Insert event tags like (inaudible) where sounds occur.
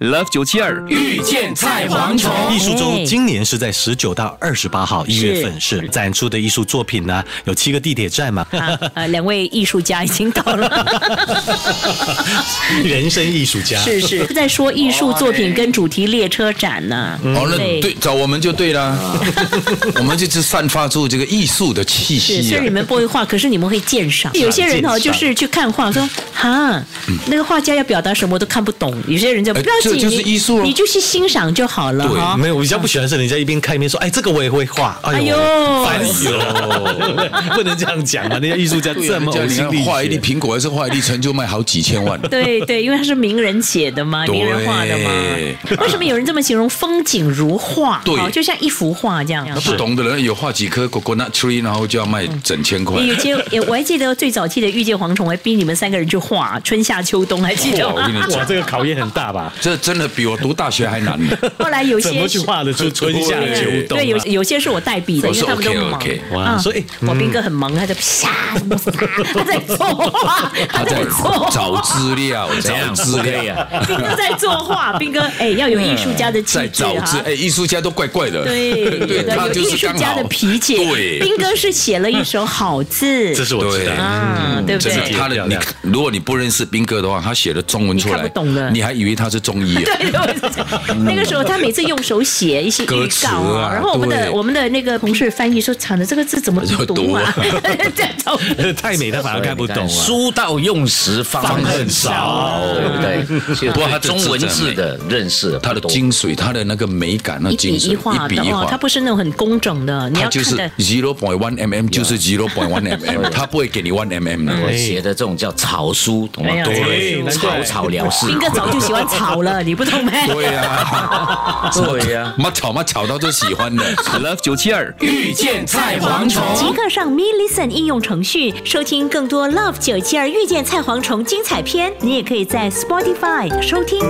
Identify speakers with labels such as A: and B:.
A: Love 九七二
B: 嗯
A: 遇见菜蝗虫，
C: 艺术周今年是在十九到二十八号一月份
B: 是
C: 是展出的艺术作品呢、有七个地铁站嘛， (laughs)
B: 啊，呃，两位艺术家已经到
D: (laughs)
B: 了，
C: 人生艺术家
B: 是是，在说艺术作品跟主题列车展呢。
D: 好了，嗯
B: 对
D: 哦
B: 啊
D: 对，找我们就对了， (laughs) 我们就是散发出这个艺术的气息
B: 是，虽然你
D: 啊。
B: 们不会画，可是你们会鉴赏。有些人
C: 鉴
B: 哦，
C: 赏
B: 就是去看画，说哈，那个画家要表达什么都看不懂。有些人就
D: 嗯
B: 不
D: 哎
B: 要紧，
D: 这就是
B: 你
D: 艺术哦
B: 你就去欣赏就好了
D: 对
B: 哈。
C: 没有，我比较不喜欢是人家一边看一边说，哎，这个我也会画，哎呦，
B: 哎呦
C: 烦死了，对不
D: (laughs)
C: 对不能这样讲嘛，人家艺术家
D: 对啊
C: 这么呕
D: 人家
C: 心
D: 你
C: 沥
D: 看画一粒
C: 血。
D: 苹果还是画一粒橙，就卖好几千
B: (laughs)
D: 万。
B: 对对，因为他是名人写的嘛，
D: 对
B: 名人画的嘛。为什么有人这么形容风景如画？
D: 对
B: 哦就像一幅画这样。
D: 那不懂的人有画几棵 coconut tree，然后就要卖整千
B: (laughs)
D: 块。
B: 哎有些也我还记得最早期的《遇见蝗虫》，还逼你们三个人去画春夏秋冬，还记得
D: 哇，我
B: 吗？
D: 跟你
C: 哇，
D: 讲，
C: 这个考验很大吧？
D: 这真的比我读大学还难
B: (laughs)
D: 呢。
B: 后来有
C: 怎
B: 些
C: 么去
B: 是
C: 画得出春夏秋
B: 对
C: 冬、啊？
B: 对，有有些是我代笔的，
D: 我
B: 因为
D: 说
B: 他们都
D: 哦 OK
B: 忙。嗯
D: OK，嗯
C: 哇，所以
B: 我斌哥很忙，他就啪，他在作画，他
D: (laughs) 他
B: 在
D: 在
B: 作
D: 找
B: 画，
D: 资
B: (laughs)
D: 料，找资料，
C: 呀，
B: 斌哥在作
D: (laughs)
B: 画，斌哥哎，要有艺术家的气
D: 在
B: 质
D: 找资
B: 哈。
D: 哎，艺术家都怪怪的。
B: 啊对
D: (laughs) 对他
B: 有
D: 就
B: 艺
D: 是
B: 术
D: 刚
B: 家的
D: 好
B: 脾气。
D: 对
B: 斌哥是写了一手好字，
C: 这是我知道
D: 对
C: 的。
B: 啊，对不
D: 这
B: 对？
D: 是他嗯的，
C: 漂
D: 你
C: 亮
D: 如果你不认识斌哥的话，他写的中文出来，
B: 你看不懂的
D: 你还以为他是中医啊？
B: 对对，我是这样那个时候他每次用手写一些预
D: 嗯歌词
B: 告
D: 啊
B: 然后我们
D: 对
B: 的我们的那个同事翻译说：“惨了，这个字怎么
D: 怎么
B: 读
D: (laughs)
B: 啊
D: 读？”
B: (laughs) 这样找不
C: (laughs) 太美，他反而看不懂啊。
E: 书到用时方恨少，对不对？所以
D: 不过他
E: 对
D: 的字
E: 中文字的认识
D: 他的
E: 不多
D: 精髓，他的那个美感，那
B: 一笔
D: 啊精髓，
B: 一画的哦，它不是那种很工整的，你
D: 它
B: 要
D: 就
B: 看
D: 是
B: 的。
D: zero point one mm，就是 zero point one
B: (laughs)
D: mm，他不会给你 one mm
E: 我
B: 嗯
D: 的。
E: 写的这种叫草书，懂吗
B: 哎呀？对
E: 草书草草了事。
B: 明哥早就喜欢草了，你不懂没？
D: 对呀，(laughs)
B: (laughs)
E: 对呀，
D: 妈吵妈吵到都喜欢的。
A: Love 九七二
E: 遇见菜蝗
B: 即
E: 虫。
B: 刻上 Me Listen 应用程序收听更多 Love 九七二遇见菜蝗虫精彩片，你也可以在 Spotify 收听。